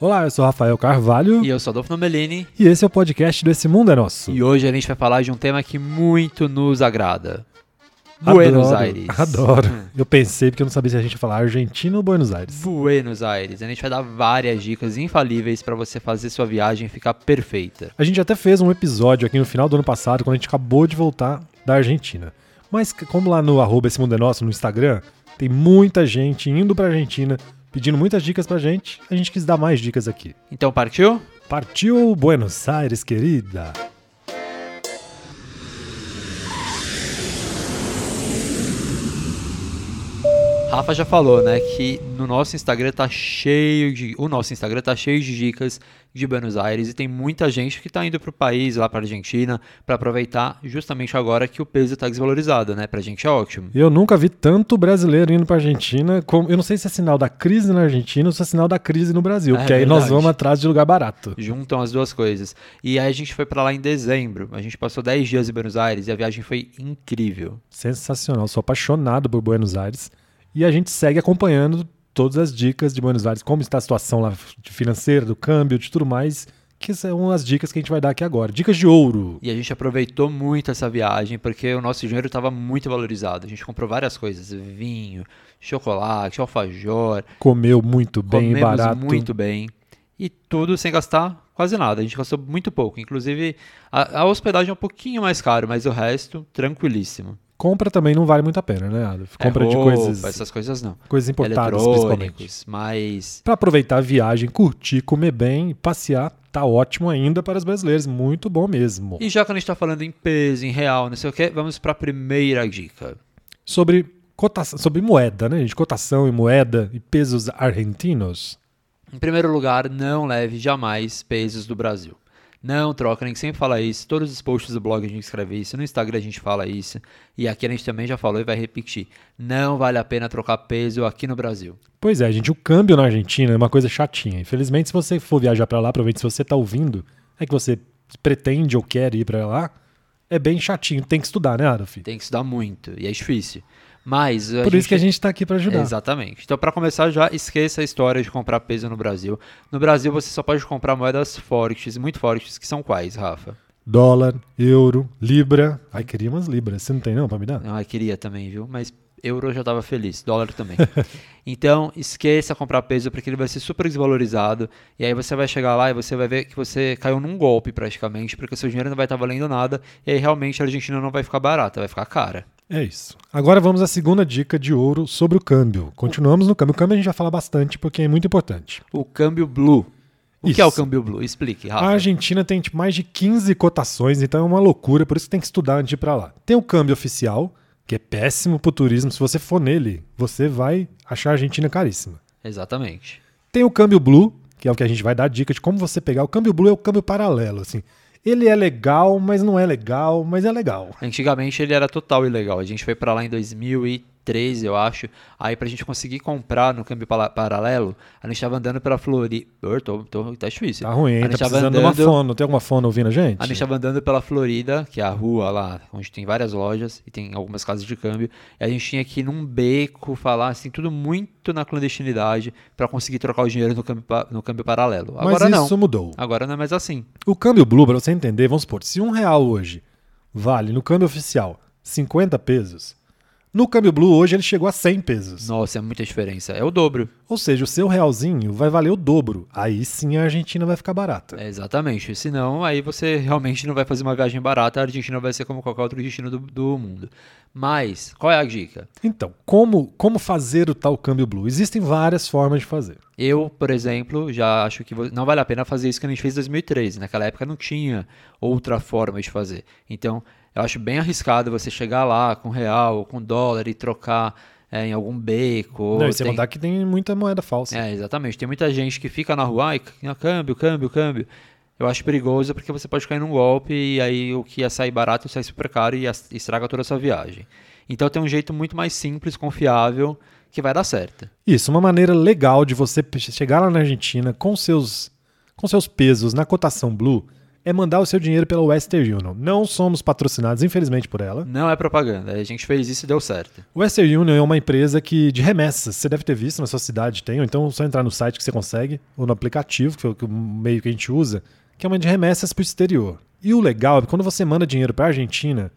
Olá, eu sou Rafael Carvalho E eu sou Adolfo Nomelini e esse é o podcast do Esse Mundo é Nosso. e hoje a gente vai falar de um tema que muito nos agrada. Adoro, Buenos Aires. Hum. Adoro. Eu pensei porque eu não sabia se a gente ia falar Argentina ou Buenos Aires. Buenos Aires. A gente vai dar várias dicas infalíveis pra você fazer sua viagem ficar perfeita. A gente até fez um episódio aqui no final do ano passado, quando a gente acabou de voltar da Argentina. Mas c- como lá no arroba Esse Mundo é Nosso, no Instagram, tem muita gente indo pra Argentina, pedindo muitas dicas pra gente, a gente quis dar mais dicas aqui. Então partiu? Partiu Buenos Aires, querida! Rafa já falou, né, que no nosso Instagram tá cheio de, o nosso Instagram tá cheio de dicas de Buenos Aires e tem muita gente que tá indo pro país, lá pra Argentina, pra aproveitar justamente agora que o peso tá desvalorizado, né? Pra gente é ótimo. Eu nunca vi tanto brasileiro indo pra Argentina. Como, eu não sei se é sinal da crise na Argentina ou se é sinal da crise no Brasil, É porque aí nós verdade. vamos atrás de lugar barato. Juntam as duas coisas. E aí a gente foi pra lá em dezembro. A gente passou 10 dias em Buenos Aires e a viagem foi incrível. Sensacional, sou apaixonado por Buenos Aires. E a gente segue acompanhando todas as dicas de Buenos Aires, como está a situação lá de financeira, do câmbio, de tudo mais, que são as dicas que a gente vai dar aqui agora. Dicas de ouro. E a gente aproveitou muito essa viagem porque o nosso dinheiro estava muito valorizado. A gente comprou várias coisas: vinho, chocolate, alfajor. Comeu muito bem e comemos barato. muito bem. E tudo sem gastar quase nada. A gente gastou muito pouco. Inclusive, a, a hospedagem é um pouquinho mais caro, mas o resto, tranquilíssimo. Compra também não vale muito a pena, né, Adolf? É Compra de roupa, coisas, Essas coisas não. coisas importadas, principalmente. Eletrônicos, mas Pra aproveitar a viagem, curtir, comer bem, passear, tá ótimo ainda para os brasileiros, muito bom mesmo. E já que a gente tá falando em peso, em real, não sei o que, vamos pra primeira dica. Sobre cotação, sobre moeda, né, gente? Cotação e moeda e pesos argentinos. Em primeiro lugar, não leve jamais pesos do Brasil. Não troca, nem sempre fala isso. Todos os posts do blog a gente escreve isso, no Instagram a gente fala isso. E aqui a gente também já falou e vai repetir. Não vale a pena trocar peso aqui no Brasil. Pois é, gente, o câmbio na Argentina é uma coisa chatinha. Infelizmente, se você for viajar pra lá, provavelmente se você tá ouvindo, é que você pretende ou quer ir pra lá, é bem chatinho, tem que estudar, né, Adolf? Tem que estudar muito e é difícil. Mas Por isso que a gente tá aqui pra ajudar. Exatamente. Então, para começar, já esqueça a história de comprar peso no Brasil. No Brasil, você só pode comprar moedas fortes, muito fortes, que são quais, Rafa? Dólar, euro, libra. Ai, queria umas libras. Você não tem não pra me dar? Ah, queria também, viu? Mas euro eu já tava feliz, dólar também. então, esqueça comprar peso, porque ele vai ser super desvalorizado. E aí você vai chegar lá e você vai ver que você caiu num golpe praticamente, porque seu dinheiro não vai estar valendo nada. E aí realmente a Argentina não vai ficar barata, vai ficar cara. É isso. Agora vamos à segunda dica de ouro sobre o câmbio. Continuamos no câmbio. O câmbio a gente já fala bastante porque é muito importante. O câmbio blue. O que é o Isso. câmbio blue? Explique, A Rafa. Argentina tem tipo, mais de 15 cotações, então é uma loucura, por isso que tem que estudar antes de ir pra lá. Tem o câmbio oficial, que é péssimo pro turismo. Se você for nele, você vai achar a Argentina caríssima. Exatamente. Tem o câmbio blue, que é o que a gente vai dar dica de como você pegar. O câmbio blue é o câmbio paralelo, assim. Ele é legal, mas não é legal, mas é legal. Antigamente ele era total ilegal. A gente foi pra lá em 2013, eu acho. Aí pra gente conseguir comprar no câmbio pala- paralelo, a gente tava andando pela Floripa. Tô, tô, tá difícil. Tá ruim, a hein? gente Tá tava precisando de uma fono. Tem alguma fono ouvindo a gente? A gente estava andando pela Florida, que é a rua lá, onde tem várias lojas e tem algumas casas de câmbio. E a gente tinha que ir num beco, falar assim, tudo muito na clandestinidade pra conseguir trocar o dinheiro no câmbio, pa- no câmbio paralelo. Mas Agora isso não. mudou. Agora não é mais assim. O câmbio Blue, para você entender, vamos supor, se um real hoje vale no câmbio oficial 50 pesos, no câmbio Blue hoje ele chegou a 100 pesos. Nossa, é muita diferença. É o dobro. Ou seja, o seu realzinho vai valer o dobro. Aí sim a Argentina vai ficar barata. É, exatamente. Senão, aí você realmente não vai fazer uma viagem barata. A Argentina vai ser como qualquer outro destino do, do mundo. Mas, qual é a dica? Então, como, como fazer o tal câmbio Blue? Existem várias formas de fazer. Eu, por exemplo, já acho que vo- não vale a pena fazer isso que a gente fez em 2013. Naquela época não tinha outra forma de fazer. Então, eu acho bem arriscado você chegar lá com real ou com dólar e trocar é, em algum beco. ou Não, e sem tem- contar que tem muita moeda falsa. É, exatamente. Tem muita gente que fica na rua, ai, c- câmbio, câmbio, câmbio. Eu acho perigoso porque você pode cair num golpe e aí o que ia sair barato sai super caro e as- estraga toda a sua viagem. Então tem um jeito muito mais simples, confiável, que vai dar certo. Isso, uma maneira legal de você pe- chegar lá na Argentina com seus, com seus pesos na cotação Blue é mandar o seu dinheiro pela Western Union. Não somos patrocinados, infelizmente, por ela. Não é propaganda, a gente fez isso e deu certo. Western Union é uma empresa que de remessas, você deve ter visto na sua cidade, tem, ou então é só entrar no site que você consegue, ou no aplicativo, que é o meio que a gente usa, que é uma de remessas para o exterior. E o legal é que quando você manda dinheiro para a Argentina,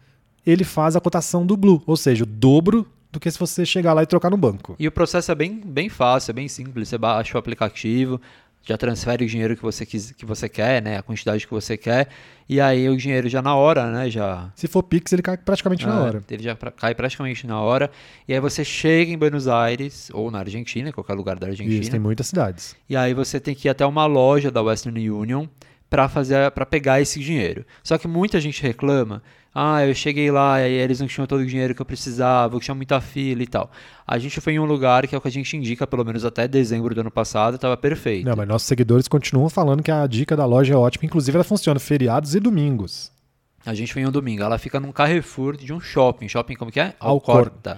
ele faz a cotação do Blue, ou seja, o dobro do que se você chegar lá e trocar no banco. E o processo é bem, bem fácil, é bem simples. Você baixa o aplicativo, já transfere o dinheiro que você, quis, que você quer, né? A quantidade que você quer. E aí o dinheiro já na hora, né? Já. Se for Pix, ele cai praticamente na Ah, hora. Ele já pra- cai praticamente na hora. E aí você chega em Buenos Aires, ou na Argentina, qualquer lugar da Argentina. Isso, tem muitas cidades. E aí você tem que ir até uma loja da Western Union para fazer para pegar esse dinheiro. Só que muita gente reclama: "Ah, eu cheguei lá e aí eles não tinham todo o dinheiro que eu precisava, que tinha muita fila e tal". A gente foi em um lugar que é o que a gente indica pelo menos até dezembro do ano passado, tava perfeito. Não, mas nossos seguidores continuam falando que a dica da loja é ótima. Inclusive, ela funciona feriados e domingos. A gente foi em um domingo, ela fica num Carrefour de um shopping, shopping como que é?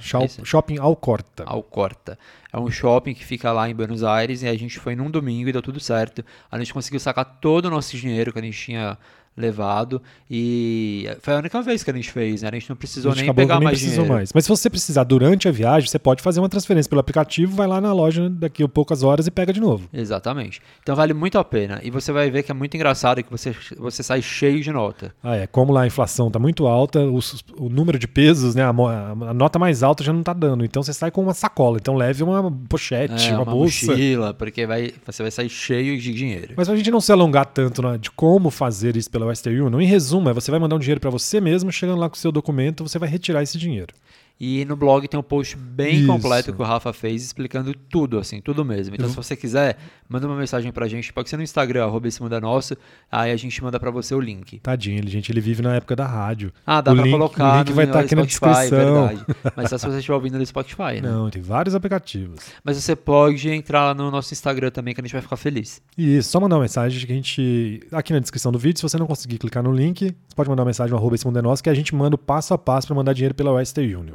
Shop- Isso. Shopping Alcorta. Alcorta. É um shopping que fica lá em Buenos Aires e a gente foi num domingo e deu tudo certo. A gente conseguiu sacar todo o nosso dinheiro que a gente tinha levado e foi a única vez que a gente fez, né? A gente não precisou A gente nem acabou que pegar mais precisou dinheiro. mais. Mas se você precisar durante a viagem, você pode fazer uma transferência pelo aplicativo, vai lá na loja daqui a poucas horas e pega de novo. Exatamente. Então vale muito a pena. E você vai ver que é muito engraçado que você, você sai cheio de nota. Ah, é. Como lá a inflação está muito alta, os- o número de pesos, né? A, mo- a nota mais alta já não está dando. Então você sai com uma sacola. Então leve uma pochete, É, uma, uma bolsa. mochila, porque vai, você vai sair cheio de dinheiro. Mas pra gente não se alongar tanto na- de como fazer isso pela Western Union, em resumo, é você vai mandar um dinheiro para você mesmo, chegando lá com o seu documento, você vai retirar esse dinheiro. E no blog tem um post bem Isso. completo que o Rafa fez explicando tudo, assim, tudo mesmo. Então, se você quiser, manda uma mensagem pra gente. Pode ser no Instagram, arroba em cima da nossa. Aí a gente manda pra você o link. Tadinho, ele, gente, ele vive na época da rádio. Ah, dá O pra link- colocar. O link vai no estar aqui na Spotify, descrição. verdade. Mas só se você estiver ouvindo no Spotify, né? Não, tem vários aplicativos. Mas você pode entrar lá no nosso Instagram também, que a gente vai ficar feliz. E isso, só mandar uma mensagem que a gente. Aqui na descrição do vídeo, se você não conseguir clicar no link, você pode mandar uma mensagem, um arroba esse mundo é nosso, que a gente manda o passo a passo para mandar dinheiro pela Western Union.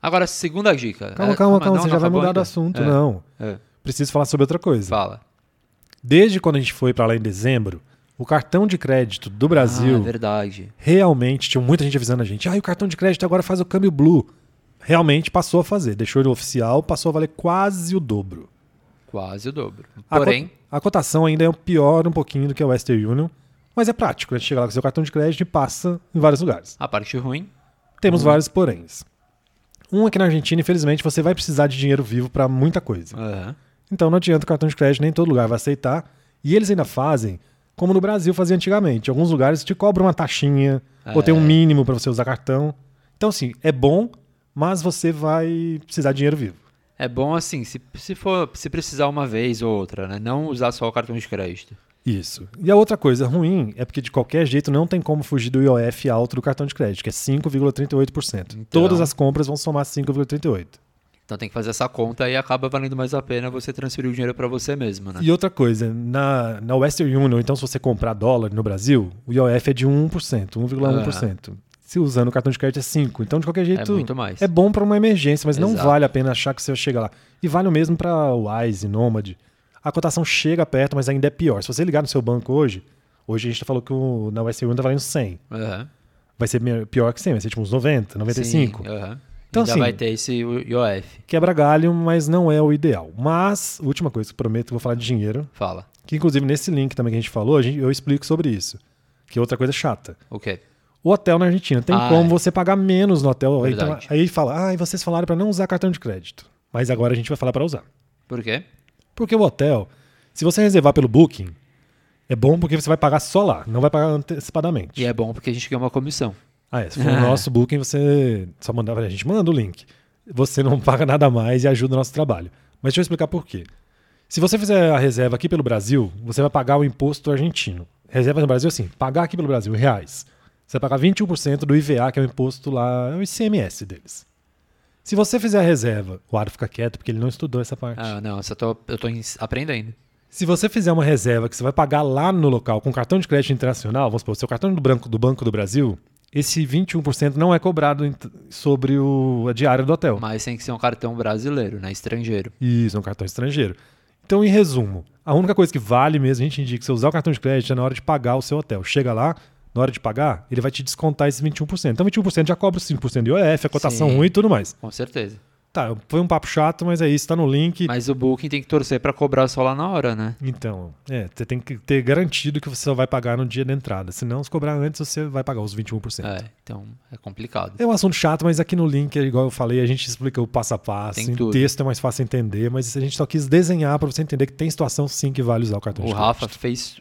Agora, segunda dica. Calma, É, calma, não, calma, você não já vai acabou mudar do ainda? assunto. né? É, Não. é. Preciso falar sobre outra coisa. Fala. Desde quando a gente foi para lá em dezembro, o cartão de crédito do Ah, é Brasil verdade. realmente tinha muita gente avisando a gente. Ah, o cartão de crédito agora faz o câmbio blue. Realmente passou a fazer. Deixou ele oficial, passou a valer quase o dobro. Quase o dobro. A co- Porém, a cotação ainda é pior um pouquinho do que a Western Union, mas é prático. A gente chega lá com seu cartão de crédito e passa em vários lugares. a parte ruim Temos vários poréns. Um é que na Argentina, infelizmente, você vai precisar de dinheiro vivo para muita coisa. aham, Então não adianta o cartão de crédito, nem todo lugar vai aceitar. E eles ainda fazem como no Brasil fazia antigamente. Alguns lugares te cobram uma taxinha, ou tem um mínimo para você usar cartão. Então, assim, é bom, mas você vai precisar de dinheiro vivo. É bom assim, se, se for se precisar uma vez ou outra, né? Não usar só o cartão de crédito. Isso. E a outra coisa ruim é porque de qualquer jeito não tem como fugir do IOF alto do cartão de crédito, que é 5,38%. Todas as compras vão somar 5,38%. Então tem que fazer essa conta e acaba valendo mais a pena você transferir o dinheiro pra você mesmo, né? E outra coisa, na, na Western Union, então se você comprar dólar no Brasil, o IOF é de 1%, 1,1%. Se usando o cartão de crédito é 5%. Então, de qualquer jeito, Ah. muito mais. é bom para uma emergência, mas não Exato. vale a pena achar que você chega lá. E vale o mesmo para Wise, Nomad. A cotação chega perto, mas ainda é pior. Se você ligar no seu banco hoje, hoje a gente falou que o, na Western Union tá valendo 100. Aham. Vai ser me- pior que 100, vai ser tipo uns 90, 95. Sim, aham. Então, Ainda assim- vai ter esse IOF. Quebra galho, mas não é o ideal. Mas, última coisa que prometo, vou falar de dinheiro. Fala. Que inclusive nesse link também que a gente falou, a gente- eu explico sobre isso. Que é outra coisa chata. O quê? O hotel na Argentina tem Ah, como é. você pagar menos no hotel. Aí, Então, Verdade. aí fala, ah, e vocês falaram para não usar cartão de crédito. Mas agora a gente vai falar para usar. Por quê? Porque o hotel, se você reservar pelo Booking, é bom porque você vai pagar só lá, não vai pagar antecipadamente. E é bom porque a gente ganha uma comissão. Ah, é, se for o nosso Booking, você só mandava a gente manda o link. Você não paga nada mais e ajuda o nosso trabalho. Mas deixa eu explicar por quê. Se você fizer a reserva aqui pelo Brasil, você vai pagar o imposto argentino. Reserva no Brasil, assim, pagar aqui pelo Brasil, em reais. Você vai pagar 21% do IVA, que é o imposto lá, é o ICMS deles. Se você fizer a reserva, o Aro fica quieto porque ele não estudou essa parte. Ah, não, eu só tô, eu tô ens- aprendendo. Se você fizer uma reserva que você vai pagar lá no local com cartão de crédito internacional, vamos supor, seu cartão do Banco do, banco do Brasil, esse 21% não é cobrado em- sobre o- a diária do hotel. Mas tem que ser um cartão brasileiro, né? Estrangeiro. Isso, é um cartão estrangeiro. Então, em resumo, a única coisa que vale mesmo, a gente indica, você usar o cartão de crédito é na hora de pagar o seu hotel. Chega lá, na hora de pagar, ele vai te descontar esses 21%. Então, 21% já cobra os 5% de IOF, a cotação Sim. ruim e tudo mais. Com certeza. Tá, foi um papo chato, mas é isso, tá no link. Mas o Booking tem que torcer pra cobrar só lá na hora, né? Então, é, você tem que ter garantido que você só vai pagar no dia da entrada. Se não, se cobrar antes, você vai pagar os 21%. É, então é complicado. É um assunto chato, mas aqui no link, é igual eu falei, a gente explica o passo a passo. Tem em tudo. texto é mais fácil entender, mas a gente só quis desenhar para você entender que tem situação sim Então que vale usar o cartão O de Rafa crédito. fez,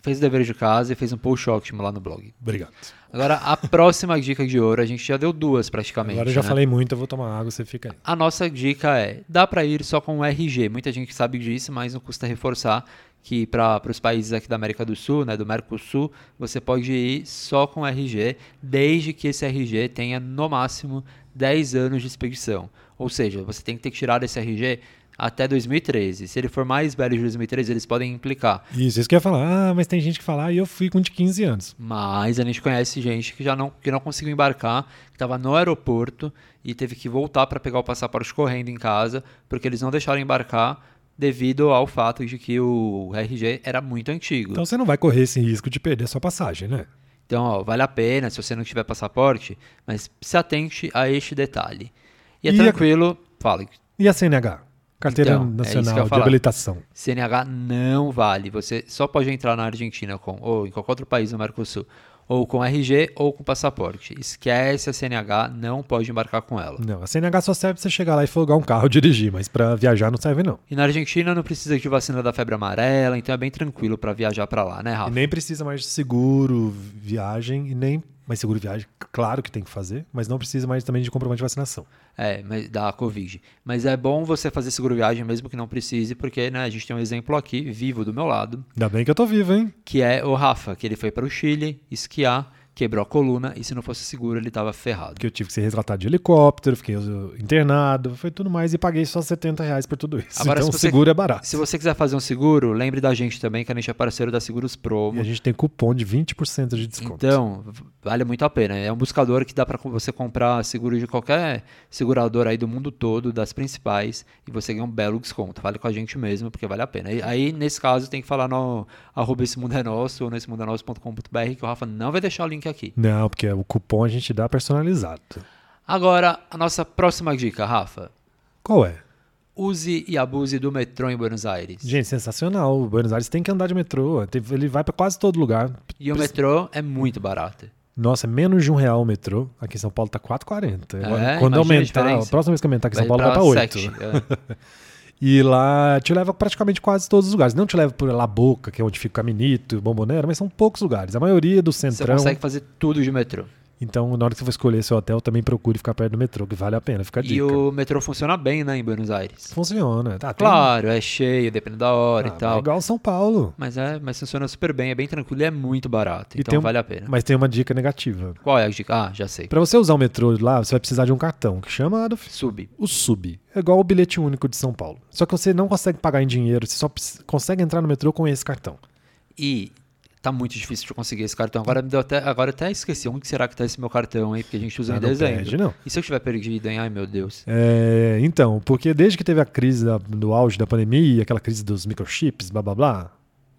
fez o dever de casa e fez um post ótimo lá no blog. Obrigado. Agora, a próxima dica de ouro, a gente já deu duas praticamente. Agora eu já né? falei muito, eu vou tomar água, você fica aí. A nossa dica é: dá pra ir só com o RG. Muita gente sabe disso, mas não custa reforçar que para os países aqui da América do Sul, né, do Mercosul, você pode ir só com o RG, desde que esse RG tenha no máximo 10 anos de expedição. Ou seja, você tem que ter tirado esse RG até 2013. Se ele for mais velho de 2013, eles podem implicar. Isso, isso que eu ia falar. Ah, mas tem gente que fala, ah, eu fui com um de 15 anos. Mas a gente conhece gente que já não, que não conseguiu embarcar, que estava no aeroporto e teve que voltar para pegar o passaporte correndo em casa, porque eles não deixaram embarcar devido ao fato de que o RG era muito antigo. Então você não vai correr esse risco de perder a sua passagem, né? Então, ó, vale a pena se você não tiver passaporte, mas se atente a este detalhe. E é E a- tranquilo, fala, E a CNH? Carteira Então, é isso que eu ia Nacional de falar. Habilitação. CNH não vale. Você só pode entrar na Argentina com, ou em qualquer outro país do Mercosul, ou com RG ou com passaporte. Esquece a CNH, não pode embarcar com ela. Não, a CNH só serve pra você chegar lá e folgar um carro e dirigir, mas para viajar não serve não. E na Argentina não precisa de vacina da febre amarela, então é bem tranquilo pra viajar pra lá, né, E Rafa? nem precisa mais de seguro, viagem, e nem. Mas seguro viagem, claro que tem que fazer, mas não precisa mais também de comprovante de vacinação. É, mas da Covid. Mas é bom você fazer seguro viagem mesmo que não precise, porque né, a gente tem um exemplo aqui, vivo do meu lado, Ainda bem que eu tô vivo, hein? que é o Rafa, que ele foi para o Chile esquiar, quebrou a coluna e se não fosse seguro ele tava ferrado. Porque eu tive que ser resgatado de helicóptero, fiquei uh, internado, foi tudo mais, e paguei só 70 reais por tudo isso. Agora, então se o você- seguro é barato. Se você quiser fazer um seguro, lembre da gente também, que a gente é parceiro da Seguros E a Promo. gente tem cupom de 20% de desconto. Então, v- vale muito a pena. É um buscador que dá para você comprar seguro de qualquer seguradora aí do mundo todo, das principais, e você ganha um belo desconto. Vale com a gente mesmo, porque vale a pena. E aí, nesse caso, tem que falar no arroba esse mundo é nosso ou nesse mundo é nosso.com.br, que o Rafa não vai deixar o link aqui. Não, porque o cupom a gente dá personalizado. Agora, a nossa próxima dica, Rafa. Qual é? Use e abuse do metrô em Buenos Aires. Gente, sensacional. O Buenos Aires tem que andar de metrô. tem- Ele vai pra quase todo lugar. E o metrô é muito barato. Nossa, menos de um real o metrô. Aqui em São Paulo tá 4,40. É, Quando imagina a aumentar, a, diferença. próxima vez É que aumentar aqui em São Vai Paulo vai pra pra 8. sete, é. E lá te leva praticamente quase todos os lugares. Não te leva por La Boca, que é onde fica Caminito, Bombonera, mas são poucos lugares. A maioria do Você centrão. consegue fazer tudo de metrô. Então, na hora que você for escolher seu hotel, também procure ficar perto do metrô, que vale a pena. Fica a E dica. o metrô funciona bem, né, em Buenos Aires. Funciona. Tá, tem- Claro, é cheio, depende da hora Ah, e tal. igual São Paulo. Mas é, mas funciona super bem, é bem tranquilo e é muito barato. E Então tem um- vale a pena. Mas tem uma dica negativa. Qual é a dica? Ah, já sei. Pra você usar o metrô lá, você vai precisar de um cartão, que chama Adolf, Sub. o SUB. É igual o bilhete único de São Paulo. Só que você não consegue pagar em dinheiro, você só precisa- consegue entrar no metrô com esse cartão. E tá muito difícil de conseguir esse cartão. Agora me deu até. Agora eu até esqueci onde que será que tá esse meu cartão aí, porque a gente usa Ah, em não dezembro. perde, não. E se eu tiver perdido, hein? Ai meu Deus. É, então, porque desde que teve a crise da- do auge da pandemia, aquela crise dos microchips, blá blá blá,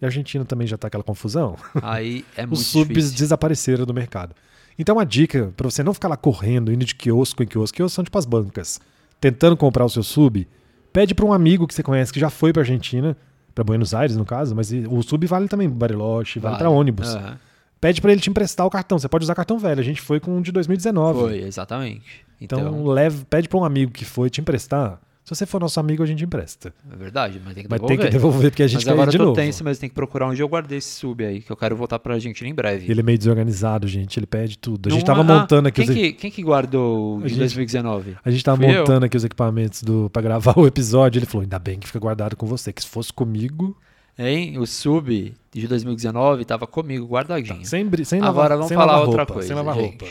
e a Argentina também já tá aquela confusão, Aí é muito os subs difícil. desapareceram do mercado. Então, uma dica pra você não ficar lá correndo, indo de quiosco em quiosco, quiosco são tipo as bancas, tentando comprar o seu sub, pede pra um amigo que você conhece que já foi pra Argentina, pra Buenos Aires no caso, mas e- o sub vale também pra Bariloche, vale, pra ônibus. Aham. Pede pra ele te emprestar o cartão, você pode usar cartão velho, a gente foi com um de 2019. Foi, exatamente. Então, Então, leve, pede pra um amigo que foi te emprestar. Se você for nosso amigo, a gente empresta. é verdade, mas tem que Mas devolver. tem que devolver, porque a gente mas quer ir agora de eu tô novo. tenso, mas tem que procurar onde eu guardei esse sub aí, que eu quero voltar pra Argentina em breve. E Ele é meio desorganizado, gente. Ele pede tudo. A gente Não- tava ah, montando aqui quem, os... e- que, quem que guardou A de gente- 2019? A gente tava Fui eu. montando aqui os equipamentos do, pra gravar o episódio. Ele falou, ainda bem que fica guardado com você. Que se fosse comigo... Hein? O sub de 2019 tava comigo, guardadinho. tá, Sem, bri- sem lavar Agora vamos sem falar lavar outra roupa, coisa. Sem lavar gente. roupa.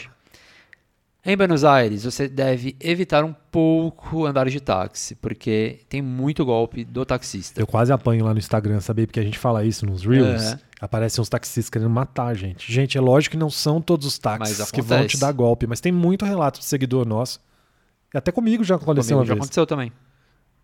Em Buenos Aires, você deve evitar um pouco andar de táxi, porque tem muito golpe do taxista. Eu quase apanho lá no Instagram, sabe? Porque a gente fala isso nos Reels. É. Aparecem uns taxistas querendo matar a gente. Gente, é lógico que não são todos os táxis Mas que vão acontece. te dar golpe. Mas tem muito relato de seguidor nosso. Até comigo já aconteceu Comigo uma já vez. aconteceu também.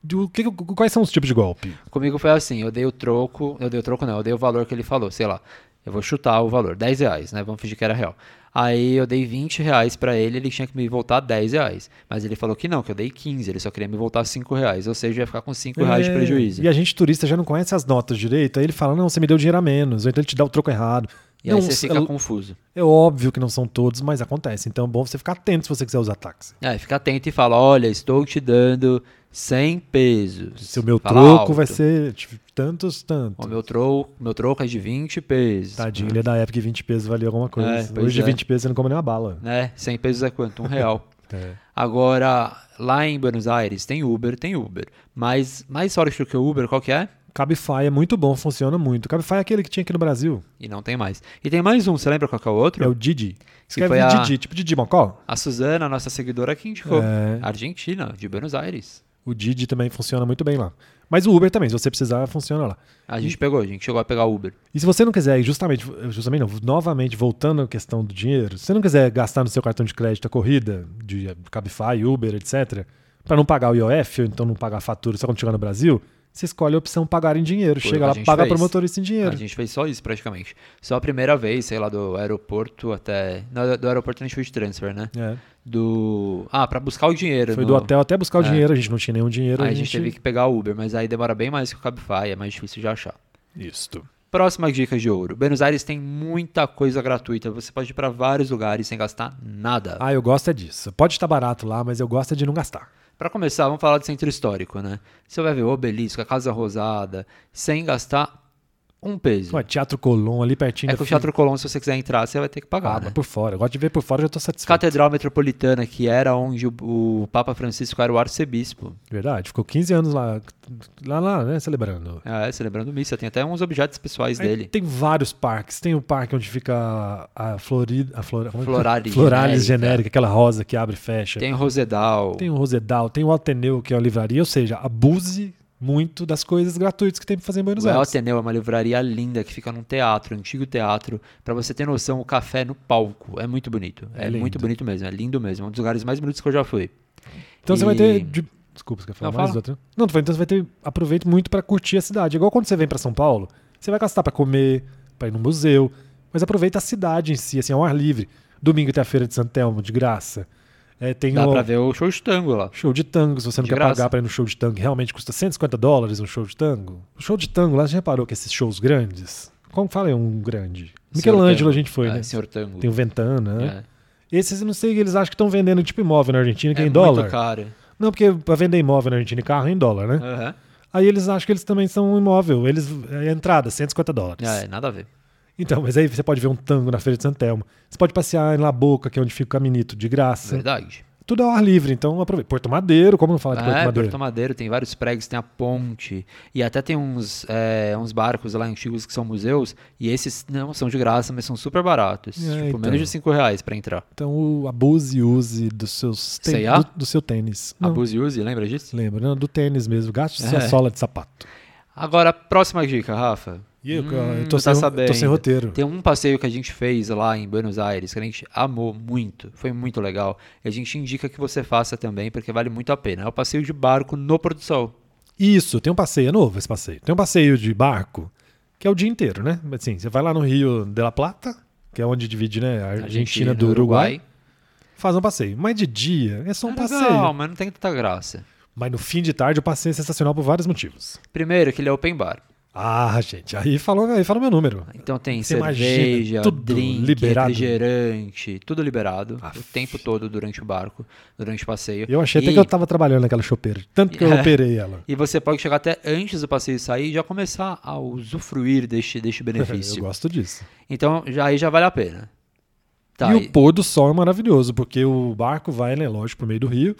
de o que- quais são os tipos de golpe? Comigo foi assim, eu dei o troco, eu dei o troco não, eu dei o valor que ele falou, sei lá, eu vou chutar o valor, 10 reais, né, vamos fingir que era real. Aí eu dei 20 reais pra ele, ele tinha que me voltar 10 reais, mas ele falou que não, que eu dei 15, ele só queria me voltar 5 reais, ou seja, eu ia ficar com 5 reais de É, prejuízo. E a gente turista já não conhece as notas direito, aí ele fala, não, você me deu dinheiro a menos, ou então ele te dá o troco errado. E aí Não, você fica é, confuso. é óbvio que não são todos, mas acontece. Então é bom você ficar atento se você quiser usar táxi. É, fica atento e fala, olha, estou te dando 100 pesos. Se o meu Fala troco vai alto. ser tipo, tantos, tantos. O meu troco, meu troco é de 20 pesos. Tadinho, ele é da época que 20 pesos valia alguma coisa. É, pois Hoje é. 20 pesos você não come nem uma bala. Né? 100 pesos é quanto? Um real. É. Agora, lá em Buenos Aires tem Uber, tem Uber. Mas mais sólido que o Uber, qual que é? Cabify é muito bom, funciona muito. Cabify é aquele que tinha aqui no Brasil. E não tem mais. E tem mais um, você lembra qual que é o É outro? o Didi. Escreve foi a- Didi, tipo Didi Mocó. A Suzana, nossa seguidora, que indicou. É, Argentina, de Buenos Aires. o Didi também funciona muito bem lá. Mas o Uber também, se você precisar, funciona lá. A gente pegou, a gente chegou a pegar o Uber. E se você não quiser, e justamente, justamente não, novamente voltando à questão do dinheiro, se você não quiser gastar no seu cartão de crédito a corrida, de Cabify, Uber, etc., para não pagar o IOF, ou então não pagar a fatura só quando chegar no Brasil, você escolhe a opção pagar em dinheiro. Foi o que Chega a lá, gente paga fez. para motorista em dinheiro. A gente fez só isso praticamente. Só a primeira vez, sei lá, do aeroporto até. Não, do aeroporto a gente foi de transfer, né? É. Do. Ah, pra buscar o dinheiro. Foi no- do hotel até buscar o É. dinheiro, a gente não tinha nenhum dinheiro. Aí a gente teve que pegar o Uber, mas aí demora bem mais que o Cabify, é mais difícil de achar. Isto. Próximas dicas de ouro. Buenos Aires tem muita coisa gratuita. Você pode ir para vários lugares sem gastar nada. Ah, eu gosto é disso. Pode estar barato lá, mas eu gosto é de não gastar. Para começar, vamos falar do centro histórico, né? Você vai ver o Obelisco, a Casa Rosada, sem gastar um peso. Ué, Teatro Colón, ali pertinho é da que o Fi- Teatro Colón, se você quiser entrar, você vai ter que pagar, Ah, né? mas por fora. Eu gosto de ver por fora, eu já tô satisfeito. Catedral Metropolitana, que era onde o, o Papa Francisco era o arcebispo. Verdade, ficou 15 anos lá, lá, lá né, celebrando. É, celebrando missa. Tem até uns objetos pessoais Aí dele. Tem vários parques. Tem o parque onde fica a a Florida. A Flora, como é que- Floralis Floralis genérica. genérica, aquela rosa que abre e fecha. Tem, Tem Rosedal. o Rosedal, tem o Ateneu, que é a livraria. Ou seja, abuse muito das coisas gratuitas que tem pra fazer em Buenos O El Aires. Ateneu é uma livraria linda que fica num teatro, um antigo teatro. Pra você ter noção, o café no palco é muito bonito. É, É lindo. muito bonito mesmo, é lindo mesmo. É um dos lugares mais bonitos que eu já fui. Então você vai E- ter. de- Desculpa, você quer falar Não, mais fala. outra? Não, tu vai, então você vai ter aproveito muito pra curtir a cidade. É Igual quando você vem pra São Paulo, você vai gastar pra comer, pra ir no museu, mas aproveita a cidade em si, assim, ao ar livre. Domingo tem a feira de Santelmo de graça. É, tem Dá o pra ver o show de tango lá. show de tango, se você não De quer graça. pagar pra ir no show de tango, realmente custa 150 dólares um show de tango. O show de tango lá, você já reparou que esses shows grandes? Como fala aí um grande? Michelangelo Senhor a gente foi, é, né? Senhor Tango. Tem o Ventana, né? é. Esses, eu não sei, eles acham que estão vendendo tipo imóvel na Argentina, que é, É em muito dólar. caro. Não, porque pra vender imóvel na Argentina e carro é em dólar, né? Aham. Aí eles acham que eles também são um imóvel. Eles, é entrada, 150 dólares. É, nada a ver. Então, mas aí você pode ver um tango na Feira de Santelmo. Você pode passear em La Boca, que é onde fica o Caminito, de graça. Verdade. Tudo ao ar livre, então aproveita. Porto Madeiro, como não falar de Porto é, Madeiro? Porto Madeiro tem vários pregos, tem a ponte. E até tem uns, é, uns barcos lá antigos que são museus. E esses não são de graça, mas são super baratos. É, tipo, então. menos de 5 reais pra entrar. Então o abuse e use dos seus tê- C&A? do, do seu tênis. Não, Abuse e use, lembra disso? Lembra, não, do tênis mesmo. Gaste sua É. sola de sapato. Agora, próxima dica, Rafa. E eu, Hum, eu tô, não sem, tá eu tô sem sabendo. roteiro. Tem um passeio que a gente fez lá em Buenos Aires que a gente amou muito, foi muito legal. E a gente indica que você faça também, porque vale muito a pena. É o passeio de barco no pôr do sol. Isso, tem um passeio, é novo esse passeio. Tem um passeio de barco, que é o dia inteiro, né? Assim, você vai lá no Rio de la Plata, que é onde divide né, a Argentina, do Uruguai, faz um passeio. Mas de dia é só um É passeio. legal, mas não tem tanta graça. Mas no fim de tarde o passeio é sensacional por vários motivos. Primeiro, que ele é open bar. Ah, gente, aí falou, aí falou meu número. Então tem Você imagina, cerveja, tudo drink, liberado. refrigerante, tudo liberado Aff. o tempo todo durante o barco, durante o passeio. Eu achei até E- que eu tava trabalhando naquela chopeira, de tanto que eu É. operei ela. E você pode chegar até antes do passeio sair e já começar a usufruir deste, deste É, Eu benefício. gosto disso. então já, aí já vale a pena. Tá, e e- o pôr do sol é maravilhoso, porque o barco vai, né, lógico, pro meio do rio,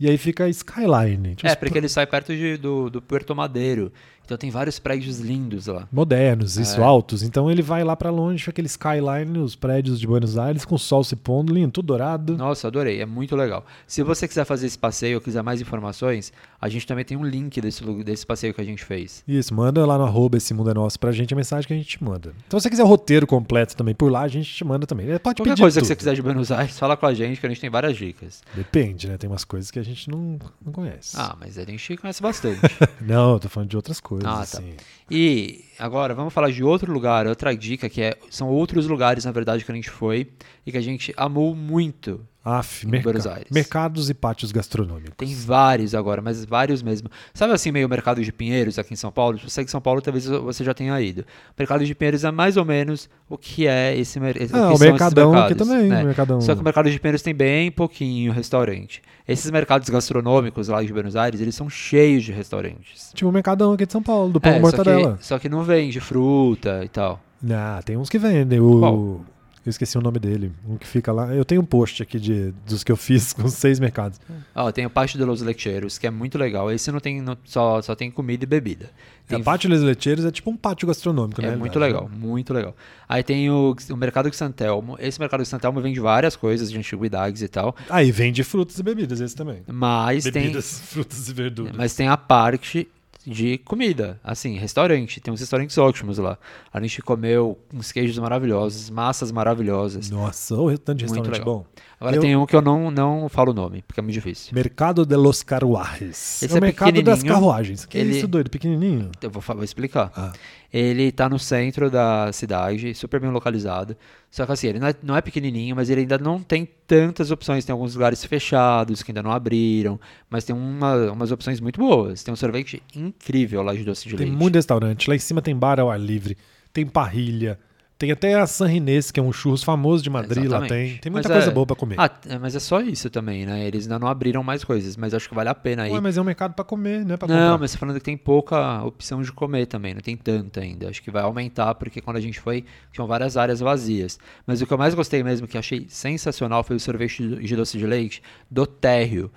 e aí fica a skyline. Tipo, é, porque ele sai perto de- do, do Puerto Madeiro. Então tem vários prédios lindos lá. Modernos, isso, É. altos. Então ele vai lá pra longe, aquele skyline, os prédios de Buenos Aires, com o sol se pondo, lindo, tudo dourado. Nossa, adorei, é muito legal. Se você quiser fazer esse passeio ou quiser mais informações, a gente também tem um link desse, lu- desse passeio que a gente fez. Isso, manda lá no arroba esse mundo é nosso pra gente a mensagem que a gente te manda. Então se você quiser o roteiro completo também por lá, a gente te manda também. É, Pode Qualquer pedir coisa que tudo. você quiser de Buenos Aires, fala com a gente que a gente tem várias dicas. Depende, né? Tem umas coisas que a gente não, não conhece. Ah, mas a gente conhece bastante. Não, eu tô falando de outras coisas, Ah, tá. assim. E agora vamos falar de outro lugar, outra dica que é, são outros lugares na verdade que a gente foi e que a gente amou muito. Af, Em merca- Buenos Aires. mercados e pátios gastronômicos. Tem vários agora, mas vários mesmo. Sabe assim meio mercado de Pinheiros aqui em São Paulo? Se você é de São Paulo, talvez você já tenha ido. Mercado de Pinheiros é mais ou menos o que é esse mercado. Ah, o Mercadão aqui também, então. o Mercadão. né? Só que o mercado de Pinheiros tem bem pouquinho restaurante. Esses mercados gastronômicos lá de Buenos Aires, eles são cheios de restaurantes. Tipo o Mercadão aqui de São Paulo, do pão com É, só mortadela. que, só que não vende fruta e tal. Ah, tem uns que vendem. O... Qual? Eu esqueci o nome dele. Um que fica lá. Eu tenho um post aqui de, dos que eu fiz com os seis mercados. Ó, tem o Pátio de los Lecheiros, que é muito legal. Esse não tem, não- só, só tem comida e bebida. Tem É, pátio dos Leteiros é tipo um pátio gastronômico, né? É muito legal, muito legal. Aí tem o, o Mercado de Santelmo. Esse Mercado de Santelmo vende várias coisas de antiguidades e tal. Aí vende frutas e bebidas, esse também. Mas Bebidas, frutas e tem. verduras. Mas tem a parte de comida, assim, restaurante. Tem uns restaurantes ótimos lá. A gente comeu uns queijos maravilhosos, massas maravilhosas. Nossa, o tanto de Muito restaurante legal. bom. Agora Eu- tem um que eu não, não falo o nome, porque é muito difícil. Mercado de los Carruajes. Esse é o é mercado das pequenininho. carruagens. Que Ele- isso, doido? Pequenininho? Eu vou, fa- vou explicar. Ah. Ele tá no centro da cidade, super bem localizado. Só que assim, ele não é, não é pequenininho, mas ele ainda não tem tantas opções. Tem alguns lugares fechados que ainda não abriram, mas tem uma- umas opções muito boas. Tem um sorvete incrível lá de doce de Tem leite. muito restaurante. Lá em cima tem bar ao ar livre, tem parrilha, tem até a San Rinês, que é um churros famoso de Madrid, lá Exatamente. tem. Tem muita Mas coisa é- boa pra comer. Ah, é, mas é só isso também, né? Eles ainda não abriram mais coisas, mas acho que vale a pena aí. Ué, mas é um mercado pra comer, né? Pra comprar. Não, mas você tá falando que tem pouca opção de comer também, não tem tanta ainda. Acho que vai aumentar, porque quando a gente foi, tinham várias áreas vazias. Mas o que eu mais gostei mesmo, que achei sensacional, foi o sorvete de de doce de leite do térreo.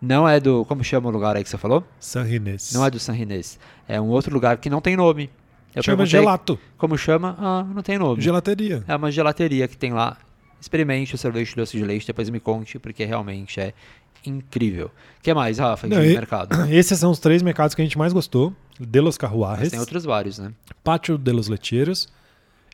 Não é do. Como chama o lugar aí que você falou? San Rinês. Não é do San Rinês. É um outro lugar que não tem nome. Eu Chama perguntei gelato. Como chama? Ah, não tem nome. Gelateria. É uma gelateria que tem lá. Experimente o sorvete de doce de leite, depois me conte, porque realmente é incrível. O que mais, Rafa, de Não, e- mercado? Esses são os três mercados que a gente mais gostou. De los Carruajes, Mas tem outros vários, né? Pátio de los Leteiros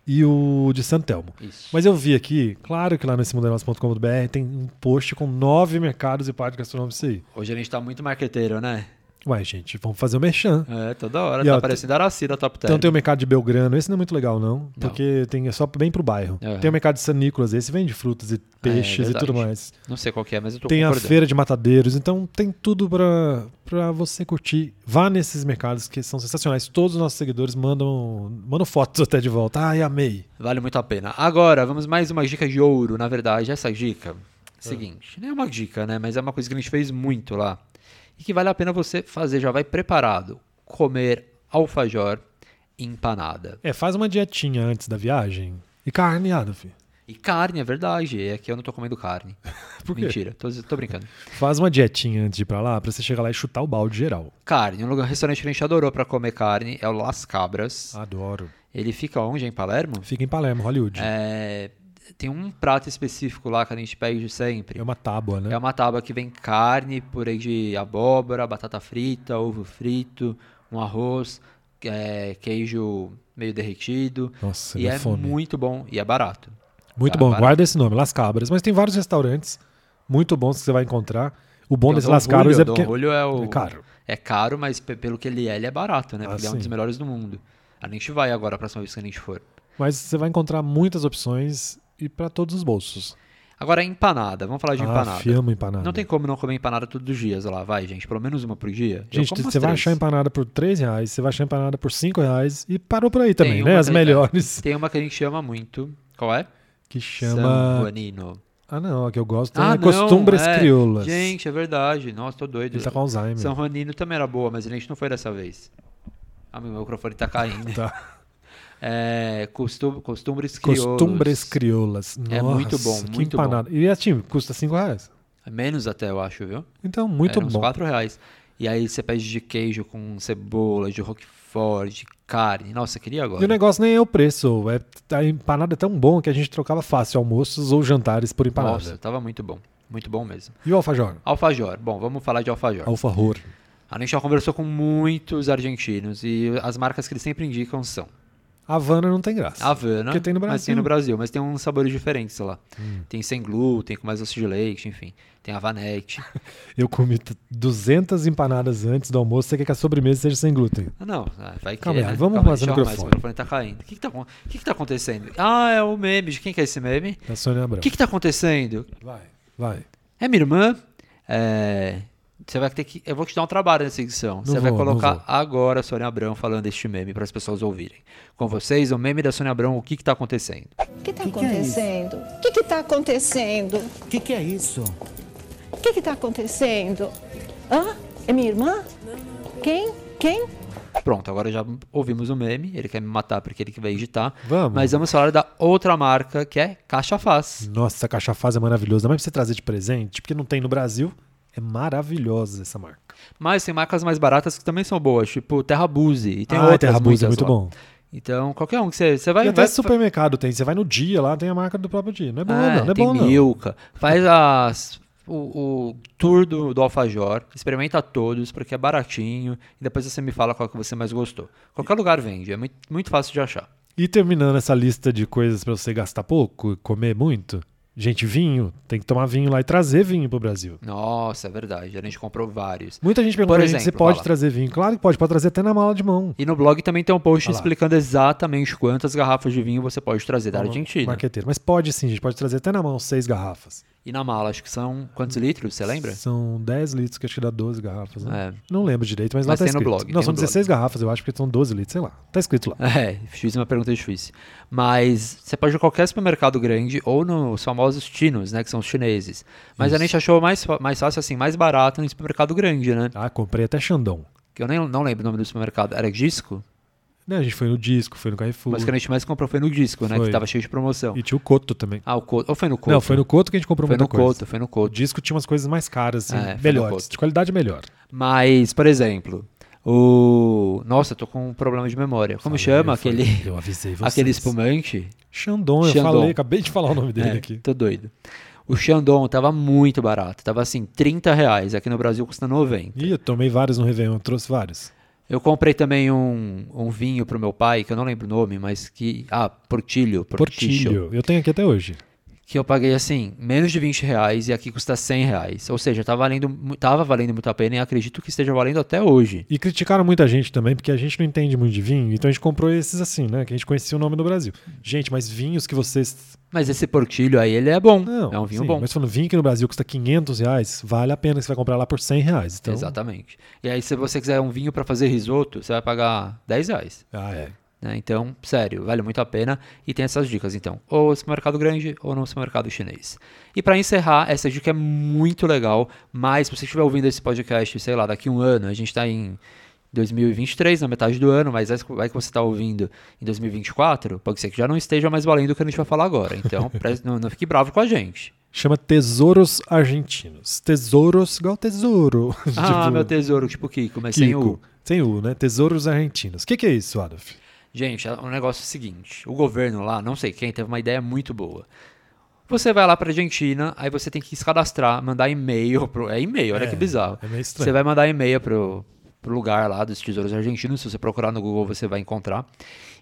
e o de Santelmo. Isso. Mas eu vi aqui, claro que lá nesse mundanosso.com.br tem um post com nove mercados e pátios gastronômicos aí. Hoje a gente tá muito marqueteiro, né? Ué, gente, vamos fazer o merchan. É, toda hora. E, tá ó, parecendo Araci da Top Ten. Então tem o mercado de Belgrano, esse não é muito legal não, porque tem é só bem pro bairro. Aham. É, Tem o mercado de San Nicolas, esse vende frutas e peixes e verdade. tudo mais. Não sei qual que é, mas eu tô Tem a concordando. feira de matadeiros, então tem tudo pra, pra você curtir. Vá nesses mercados que são sensacionais. Todos os nossos seguidores mandam, mandam fotos até de volta. Ai, amei. Vale muito a pena. Agora, vamos mais uma dica de ouro. Na verdade, essa dica... Ah. Seguinte, nem é uma dica, né? Mas é uma coisa que a gente fez muito lá. E que vale a pena você fazer. Já vai preparado. Comer alfajor empanada. É, faz uma dietinha antes da viagem. E carne, ah, Adolf. E carne, é verdade. É que eu não tô comendo carne. Por quê? Mentira, tô, tô brincando. Faz uma dietinha antes de ir pra lá, pra você chegar lá e chutar o balde geral. Carne, um lugar, um restaurante que a gente adorou pra comer carne é o Las Cabras. Ah. Adoro. Ele fica onde? Em Palermo? Fica em Palermo, Hollywood. É, É, tem um prato específico lá que a gente pede sempre. uma tábua, né? É uma tábua que vem carne, purê de abóbora, batata frita, ovo frito, um arroz, é, queijo meio derretido. Nossa, e deu é fome. muito bom e é barato. Muito Tá, bom, barato. guarda esse nome, Las Cabras. Mas tem vários restaurantes muito bons que você vai encontrar. O bom Tem um desse o Las Don Julio, Cabras é Don porque. Julio é, o, É caro. é caro, mas pe- pelo que ele é, ele é barato, né? Ah, Porque ele é um sim. dos melhores do mundo. A gente vai agora a próxima vez que a gente for. Mas você vai encontrar muitas opções e pra todos os bolsos. Agora, é empanada. Vamos falar de Ah, empanada. fiamma empanada. Não tem como não comer empanada todos os dias lá, vai, gente. Pelo menos uma por dia. Eu Gente, como umas você vai três. achar empanada por 3 reais, você vai achar empanada por 5 reais e parou por aí também, né? uma As que- melhores. Tem uma que a gente ama muito. Qual é? Que chama. Sanguanino. Ah, não, a que eu gosto Ah, é não, Costumbres é. Crioulas. Gente, é verdade. Nossa, tô doido. Ele tá com Alzheimer. San Juanino também era boa, mas a gente não foi dessa vez. Ah, meu microfone tá caindo. Tá. É, costum, costumbres crioulos. Costumbres Crioulas. Nossa, É muito bom, que muito bom. empanada. E assim, custa 5 reais. É Menos até, eu acho, viu? Então, muito Era uns bom. 4 reais. E aí você pede de queijo com cebola, de roquefort, de carne. Nossa, queria agora. E o negócio nem é o preço. É, a empanada é tão bom que a gente trocava fácil almoços ou jantares por empanada. Nossa, tava muito bom. Muito bom mesmo. E o alfajor? Alfajor. Bom, vamos falar de alfajor. Alfajor. A gente já conversou com muitos argentinos e as marcas que eles sempre indicam são Havana não tem graça. Havana, Porque tem no mas Brasil. Hum. tem no Brasil, mas tem uns sabores diferentes lá. Tem sem glúten, com mais doce de leite, enfim. Tem Havanete. Eu comi t- 200 empanadas antes do almoço, você quer que a sobremesa seja sem glúten. Ah, não, ah, vai que. Calma aí, né? vamos Calma aí, fazer deixa o eu arrumar esse microfone. microfone tá caindo. O que que tá, acon- o que que tá acontecendo? Ah, é o meme. De quem que é esse meme? Da Sônia O Abrão. que que tá acontecendo? Vai, vai. É minha irmã. É, Você vai ter que. Eu vou te dar um trabalho nessa edição. Você vai vou, não colocar vou. agora a Sônia Abrão falando este meme para as pessoas ouvirem. Com vocês, o meme da Sônia Abrão, o que que tá acontecendo? O que está Que que é isso? acontecendo? O que está acontecendo? O que, que é isso? O que está acontecendo? Hã? É minha irmã? Quem? Quem? Pronto, agora já ouvimos o meme. Ele quer me matar porque ele que vai editar. Vamos. Mas vamos falar da outra marca que é Caixa Faz. Nossa, essa caixa fase é maravilhosa. Mas pra você trazer de presente, porque não tem no Brasil, é maravilhosa essa marca. Mas tem marcas mais baratas que também são boas, tipo Terra Buse. E tem Ah, outras Terra Buse é muito muitas lá. bom. É, Então, qualquer um que você, você vai. e até vai- supermercado tem. Você vai no dia lá, tem a marca do próprio dia. Não é bom, Ah, não. Não é tem bom, não. Milka. Faz as, o, o tour do, do Alfajor. Experimenta todos, porque é baratinho. E depois você me fala qual que você mais gostou. Qualquer lugar vende, é muito, muito fácil de achar. E terminando essa lista de coisas pra você gastar pouco e comer muito, gente, vinho. Tem que tomar vinho lá e trazer vinho pro Brasil. Nossa, é verdade. A gente comprou vários. Muita gente pergunta Por pra gente se exemplo, pode fala. trazer vinho. Claro que pode, pode trazer até na mala de mão. E no blog também tem um post Olha lá. explicando exatamente quantas garrafas de vinho você pode trazer da Argentina. Marqueteiro. Mas pode sim, gente. Pode trazer até na mão seis garrafas. E na mala, acho que são quantos Hum. litros, você lembra? São 10 litros, que acho que dá 12 garrafas. Né? É. Não lembro direito, mas, lá Mas tá tem no escrito. blog, Não, tem são no blog. 16 garrafas, eu acho, porque são 12 litros, sei lá. Tá escrito lá. É, fiz uma pergunta difícil. Mas você pode ir em qualquer supermercado grande ou nos famosos chinos, né? Que são os chineses. Mas a gente achou mais, fa- mais fácil, assim, mais barato no supermercado grande, né? Ah, comprei até Xandão. Que eu nem não lembro o nome do supermercado. Era Disco? Né, a gente foi no disco, foi no Carrefour. Mas o que a gente mais comprou foi no Disco, né? Foi. Que tava cheio de promoção. E tinha o Coto também. Ah, o Couto. Ou foi no Couto? Não, foi no Coto que a gente comprou Foi no muita coisa. Couto, foi no Couto. O disco tinha umas coisas mais caras, assim, É, foi no melhores, Couto. de qualidade melhor. Mas, por exemplo, o. Nossa, eu tô com um problema de memória. Como chama Eu falei, aquele. Eu avisei vocês. Aquele espumante? Xandão, eu Xandão. falei, acabei de falar o nome dele É, aqui. Tô doido. O Shandong tava muito barato. Tava assim, 30 reais. Aqui no Brasil custa 90. Ih, eu tomei vários no Réveillon, eu trouxe vários. Eu comprei também um, um vinho pro meu pai, que eu não lembro o nome, mas que. Ah, Portilho. Portilho. Portilho. Eu tenho aqui até hoje. Que eu paguei assim, menos de 20 reais e aqui custa 100 reais. Ou seja, tá valendo, mu- tava valendo muito a pena e acredito que esteja valendo até hoje. E criticaram muita gente também, porque a gente não entende muito de vinho, então a gente comprou esses assim, né? Que a gente conhecia o nome no Brasil. Gente, mas vinhos que vocês. Mas esse portilho aí, ele é bom. Não, é um vinho sim, bom. Mas falando, vinho que no Brasil custa 500 reais, vale a pena que você vai comprar lá por 100 reais. Então... Exatamente. E aí, se você quiser um vinho para fazer risoto, você vai pagar 10 reais. Ah, é. né? Então, sério, vale muito a pena e tem essas dicas, então, ou no supermercado grande ou no supermercado chinês. E pra encerrar, essa dica é muito legal, mas se você estiver ouvindo esse podcast, sei lá, daqui um ano, a gente tá em 2023, na metade do ano, mas vai que você tá ouvindo em 2024, pode ser que já não esteja mais valendo o que a gente vai falar agora, então preste- não, não fique bravo com a gente. Chama Tesouros Argentinos. Tesouros igual tesouro. Ah, Tipo, meu tesouro, tipo Kiko, mas sem Kiko. o... Sem U, né? Tesouros Argentinos. O que, que é isso, Adolf? Gente, é- o negócio é o seguinte: o governo lá, não sei quem, teve uma ideia muito boa. Você vai lá pra Argentina, aí você tem que se cadastrar, mandar e-mail pro. É e-mail, olha É, que bizarro. é meio estranho. Você vai mandar e-mail pro, pro lugar lá dos tesouros argentinos. Se você procurar no Google, você vai encontrar.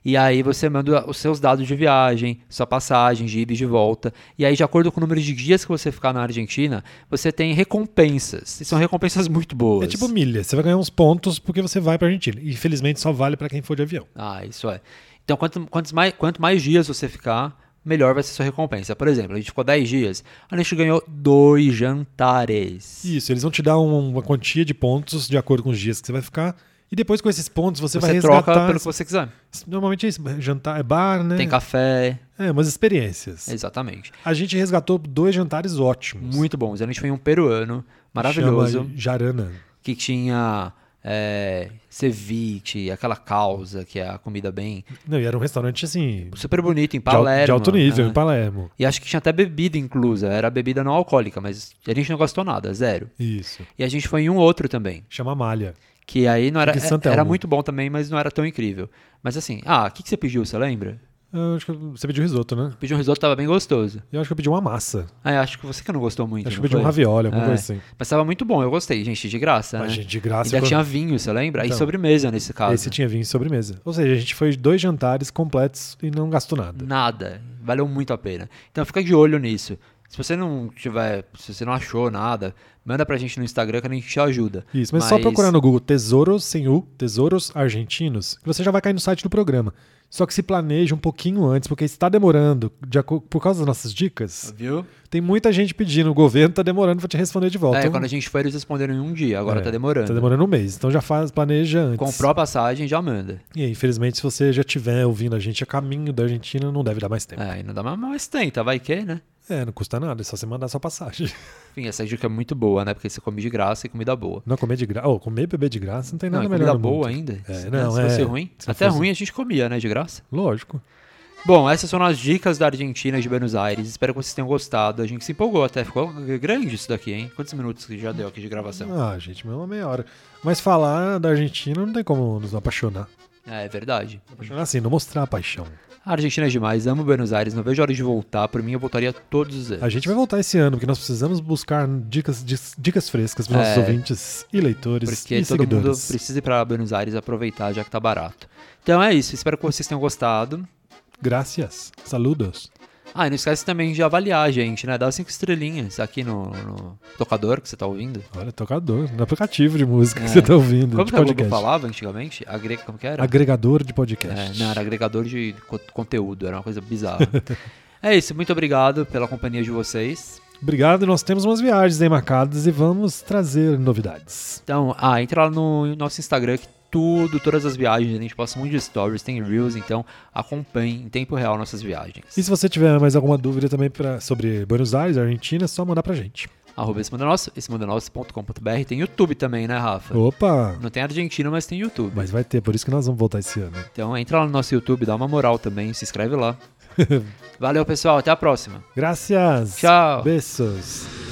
E aí você manda os seus dados de viagem, sua passagem, de ida e de volta. E aí, de acordo com o número de dias que você ficar na Argentina, você tem recompensas. E são recompensas muito boas. É tipo milha. Você vai ganhar uns pontos porque você vai pra Argentina. E infelizmente só vale pra quem for de avião. Ah, isso é. Então, quanto, quantos mais, quanto mais dias você ficar, melhor vai ser sua recompensa. Por exemplo, a gente ficou 10 dias, a gente ganhou dois jantares. Isso, eles vão te dar um- uma quantia de pontos de acordo com os dias que você vai ficar. E depois com esses pontos você, Você, vai troca resgatar. pelo que você quiser. Normalmente é isso, jantar é bar, né? Tem café, É, umas experiências. exatamente. A gente resgatou dois jantares ótimos. Muito bons. A gente foi em um peruano maravilhoso Chama Jarana. que tinha é, ceviche, aquela causa, que é a comida bem. Não, e era um restaurante assim. de Super bonito, em al- Palermo. de alto nível, né? em Palermo. E acho que tinha até bebida inclusa. Era bebida não alcoólica, mas a gente não gastou nada, zero. Isso. E a gente foi em um outro também. Chama Malha. Que aí não era. é, Fica em Santelmo. Era muito bom também, mas não era tão incrível. Mas assim, ah, o que, que você pediu, você lembra? Eu Ah, acho que você pediu risoto, né? Pediu um risoto, tava bem gostoso. Eu acho que eu pedi uma massa. Ah, eu acho que você que não gostou muito. acho que eu não pedi um foi? ravioli, alguma É. coisa assim. Mas tava muito bom, eu gostei, gente, de graça, Mas, né? gente, de graça. Ainda quando- tinha vinho, você lembra? Então. e sobremesa nesse caso. Esse tipo tinha vinho e sobremesa. Ou seja, a gente foi dois jantares completos e não gastou nada. Hum, Nada. Valeu muito a pena. Então fica de olho nisso. Se você não tiver, se você não achou nada, manda pra gente no Instagram que a gente te ajuda. Isso, mas, só procurar no Google Tesouros sem U, Tesouros Argentinos, que você já vai cair no site do programa. Só que se planeja um pouquinho antes, porque está demorando, de aco- por causa das nossas dicas, Viu? tem muita gente pedindo, o governo está demorando para te responder de volta. Ah. É, Então, quando a gente foi, eles responderam em um dia, agora é, tá demorando. Tá demorando um mês, então já faz, planeja antes. Comprou a passagem, já manda. E aí, infelizmente, se você já estiver ouvindo a gente a caminho da Argentina, não deve dar mais tempo. É, e não dá mais, mas tenta, vai que, né? É, não custa nada, é só você mandar sua passagem. Enfim, essa dica é muito boa, né? Porque você come de graça e comida boa. Não comer de graça. Oh, comer e beber de graça não tem Não, nada e melhor comida no mundo. boa ainda. É, né? não, Se é. fosse ruim. Se não Até fosse- ruim a gente comia, né? De graça. Lógico. Bom, essas foram as dicas da Argentina e de Buenos Aires. Espero que vocês tenham gostado. A gente se empolgou até. Ficou grande isso daqui, hein? Quantos minutos que já deu aqui de gravação? Ah, gente, mas é uma meia hora. Mas falar da Argentina não tem como nos apaixonar. É, é verdade. Apaixonar assim, não mostrar a paixão. A Argentina é demais. Amo Buenos Aires. Não vejo a hora de voltar. Por mim, eu voltaria todos os anos. A gente vai voltar esse ano, porque nós precisamos buscar dicas, dis- dicas frescas para nossos É. ouvintes e leitores Porque e todo mundo seguidores. precisa ir pra Buenos Aires aproveitar, já que tá barato. Então é isso. Espero que vocês tenham gostado. Gracias. Saludos. Ah, e não esquece também de avaliar a gente, né? Dá cinco estrelinhas aqui no, no tocador que você tá ouvindo. Olha, tocador. No aplicativo de música que você tá ouvindo. É. Como de que a Globo podcast. falava antigamente? Agre... Como que era? Agregador de É, podcast. não, era agregador de co- conteúdo, era uma coisa bizarra. é isso, muito obrigado pela companhia de vocês. Obrigado, nós temos umas viagens aí marcadas e vamos trazer novidades. Então, ah, entra lá no nosso Instagram que tudo, todas as viagens, a gente posta muito de stories, tem reels, então acompanhe em tempo real nossas viagens. E se você tiver mais alguma dúvida também pra, sobre Buenos Aires, Argentina, é só mandar pra gente. Arroba esse manda nosso, esse manda nosso.com.br, tem YouTube também, né, Rafa? Opa! Não tem Argentina, mas tem YouTube. Mas vai ter, por isso que nós vamos voltar esse ano. Então entra lá no nosso YouTube, dá uma moral também, se inscreve lá. Valeu, pessoal, até a próxima. Graças! Tchau. Beijos!